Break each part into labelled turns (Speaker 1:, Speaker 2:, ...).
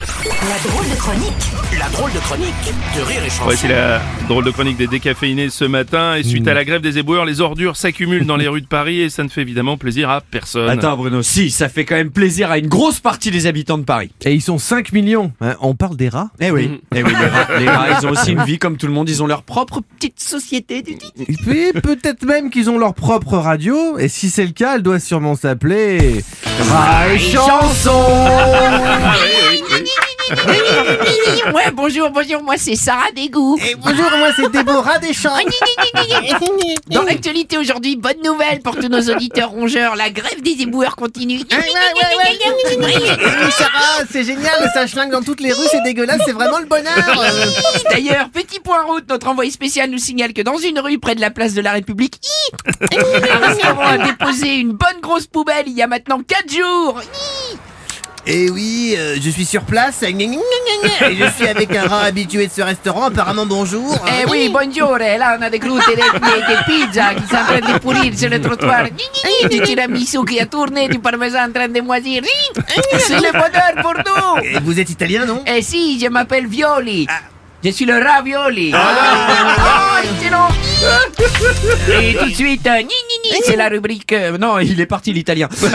Speaker 1: La drôle de chronique, la drôle de chronique de Rire et Chanson.
Speaker 2: Voici la drôle de chronique des décaféinés ce matin. Et
Speaker 3: Mm.
Speaker 2: suite à la grève des éboueurs, les ordures s'accumulent dans les rues de Paris et ça ne fait évidemment plaisir à personne.
Speaker 4: Attends Bruno, si, ça fait quand même plaisir à une grosse partie des habitants de Paris.
Speaker 5: Et ils sont 5 millions. hein. on parle des rats.
Speaker 4: Eh oui, eh oui les, rats, les rats, ils ont aussi une vie comme tout le monde, ils ont leur propre petite société du dit.
Speaker 5: Et puis, peut-être même qu'ils ont leur propre radio. Et si c'est le cas, elle doit sûrement s'appeler. Rats et chansons
Speaker 3: Ouais, bonjour, bonjour, moi c'est Sarah Oh, Dégout.
Speaker 5: Bonjour, moi c'est Déborah Deschamps.
Speaker 3: Dans l'actualité aujourd'hui, bonne nouvelle pour tous nos auditeurs rongeurs, la grève des éboueurs continue.
Speaker 5: Sarah, c'est génial, ça schlingue dans toutes les rues, c'est dégueulasse, c'est vraiment le bonheur.
Speaker 3: D'ailleurs, petit point route, notre envoyé spécial nous signale que dans une rue près de la place de la République, un restaurant a déposé une bonne grosse poubelle il y a maintenant 4 jours.
Speaker 5: Et oui, euh, je suis sur place. Et je suis avec un rat habitué de ce restaurant, apparemment bonjour.
Speaker 3: Eh oui, bonjour, eh, là on a des croûtes et des, des- des pizzas qui sont en train de pourrir sur le trottoir.
Speaker 5: Eh.
Speaker 3: Du tiramisu qui a tourné, du parmesan en train de moisir. C'est le bonheur pour nous
Speaker 5: Et Vous êtes italien, non Ah.
Speaker 3: Eh si, je m'appelle Violi. Je suis le rat Violi. Ah, excellent.
Speaker 5: Ah.
Speaker 3: Et tout de suite, euh, ni, ni,
Speaker 5: Eh.
Speaker 3: ni, c'est la rubrique. euh, non,
Speaker 4: Non, il est parti l'italien. Euh,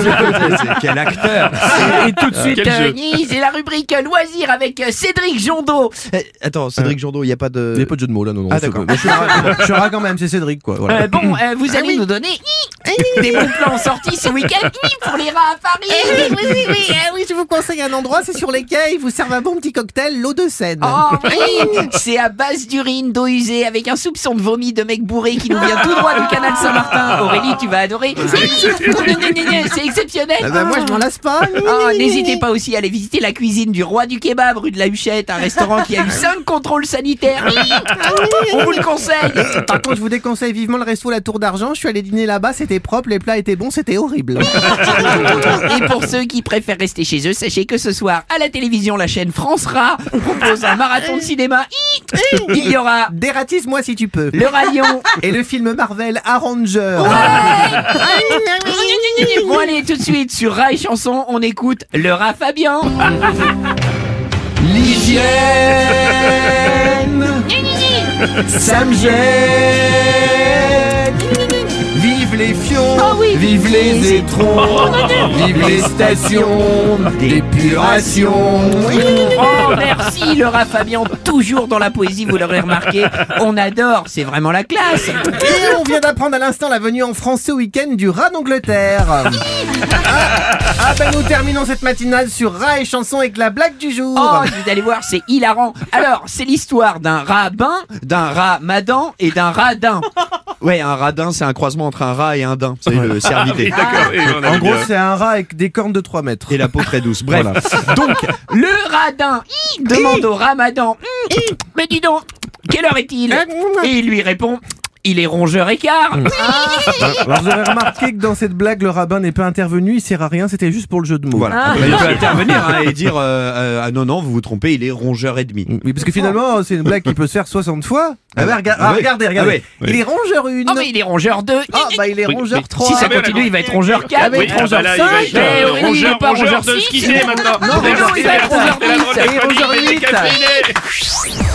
Speaker 4: c'est- c'est- quel acteur
Speaker 5: Ah.
Speaker 3: et tout de suite,
Speaker 2: Quel
Speaker 3: euh,
Speaker 2: jeu.
Speaker 3: ni, c'est la rubrique euh, loisirs avec euh, Cédric Jondeau.
Speaker 6: Attends, Cédric Jondot, il n'y a pas de.
Speaker 5: Il n'y a pas de jeu de mots là, non, non.
Speaker 6: Ah,
Speaker 5: c'est
Speaker 6: d'accord.
Speaker 5: bon. euh, Je suis rat- je suis rat quand même, c'est Cédric, quoi. voilà.
Speaker 7: Eh
Speaker 3: Euh,
Speaker 7: ben,
Speaker 3: bon, euh, vous allez nous donner hi, des bons plans sortis ce week-end hi, pour les rats à Paris.
Speaker 7: oui, oui, oui, eh oui, je vous conseille un endroit, c'est sur les quais, ils vous servent un bon petit cocktail, l'eau de Seine.
Speaker 5: Ah.
Speaker 3: Oh oui, c'est à base d'urine, d'eau usée, avec un soupçon de vomi de mec bourré qui nous vient tout droit du canal Saint-Martin. Aurélie, tu vas adorer. C'est
Speaker 7: Ah
Speaker 3: exceptionnel.
Speaker 7: bah, moi, je m'en lasse pas.
Speaker 5: Ah.
Speaker 3: Oh, n'hésitez pas aussi à aller visiter la cuisine du roi du kebab rue de la Huchette, un restaurant qui a eu 5 contrôles sanitaires. On vous le conseille.
Speaker 7: Par contre, je vous déconseille vivement le resto La Tour d'Argent. Je suis allé dîner là-bas, c'était propre, les plats étaient bons, c'était horrible.
Speaker 3: Et pour ceux qui préfèrent rester chez eux, sachez que ce soir, à la télévision, la chaîne France Rat propose un marathon de cinéma. Il y aura
Speaker 7: Dératise-moi si tu peux.
Speaker 3: le rayon.
Speaker 7: Et le film Marvel
Speaker 5: Oh.
Speaker 7: Arranger.
Speaker 3: Bon allez, tout de suite, sur Rat et Chanson, on écoute le rat Fabien.
Speaker 4: L'hygiène Ça me gêne Vive les fions Vive les étrons Vive les stations d'épuration
Speaker 3: Oh merci le rat Fabien, toujours dans la poésie, vous l'aurez remarqué. On adore, c'est vraiment la classe.
Speaker 7: Et on vient d'apprendre à l'instant la venue en France ce week-end du rat d'Angleterre. Ah, ah, bah, nous terminons cette matinale sur rat et chanson avec la blague du jour.
Speaker 3: Oh, vous allez voir, c'est hilarant. Alors, c'est l'histoire d'un rabbin,
Speaker 4: D'un rat
Speaker 3: madan et d'un radin.
Speaker 6: Ouais, un radin, c'est un croisement entre un rat et un daim. C'est le
Speaker 2: Oui,
Speaker 4: Ah
Speaker 6: cervidé.
Speaker 2: d'accord, oui,
Speaker 3: Ah.
Speaker 2: on a
Speaker 5: En
Speaker 2: vu
Speaker 5: gros,
Speaker 2: bien.
Speaker 5: c'est un rat avec des cornes de 3 mètres.
Speaker 6: euh, Et la peau très douce. Bref.
Speaker 3: Donc, le radin hi,
Speaker 2: Hum.
Speaker 3: demande au ramadan Hum, hum, Mais dis donc, quelle heure est-il
Speaker 2: Hum.
Speaker 7: Mmh.
Speaker 3: Et il lui répond Il est rongeur écart.
Speaker 5: Alors, vous aurez remarqué que dans cette blague, le rabbin n'est pas intervenu, il sert à rien, c'était juste pour le jeu de mots.
Speaker 6: Voilà.
Speaker 3: Ah.
Speaker 6: Après, il peut intervenir hein, et dire euh, euh, Ah non, non, vous vous trompez, il est rongeur et demi.
Speaker 4: Mm.
Speaker 5: Oui, parce que finalement, c'est une blague qui peut se faire 60 fois. Ah bah, rega- ah,
Speaker 6: oui.
Speaker 5: regardez, regardez.
Speaker 6: Ah oui.
Speaker 5: Il est rongeur une.
Speaker 3: Oh, mais il est rongeur 2.
Speaker 7: Ah, bah il est
Speaker 2: Oui,
Speaker 7: rongeur
Speaker 2: oui.
Speaker 7: 3.
Speaker 3: Si ça
Speaker 2: Ah, mais
Speaker 3: continue, il va être rongeur 4.
Speaker 2: Oui, ah bah là, il va être,
Speaker 3: cinq,
Speaker 2: euh,
Speaker 3: mais Aurélie, il est
Speaker 2: rongeur,
Speaker 3: pas
Speaker 2: rongeur
Speaker 3: rongeur
Speaker 2: de
Speaker 3: six.
Speaker 2: skier maintenant.
Speaker 3: non, il va être
Speaker 2: Rongeur
Speaker 3: rongeur
Speaker 2: de skier,
Speaker 3: huit.
Speaker 2: c'est la drôle de
Speaker 5: Et
Speaker 2: chronique
Speaker 5: rongeur
Speaker 2: des
Speaker 5: huit.
Speaker 2: décaféinés.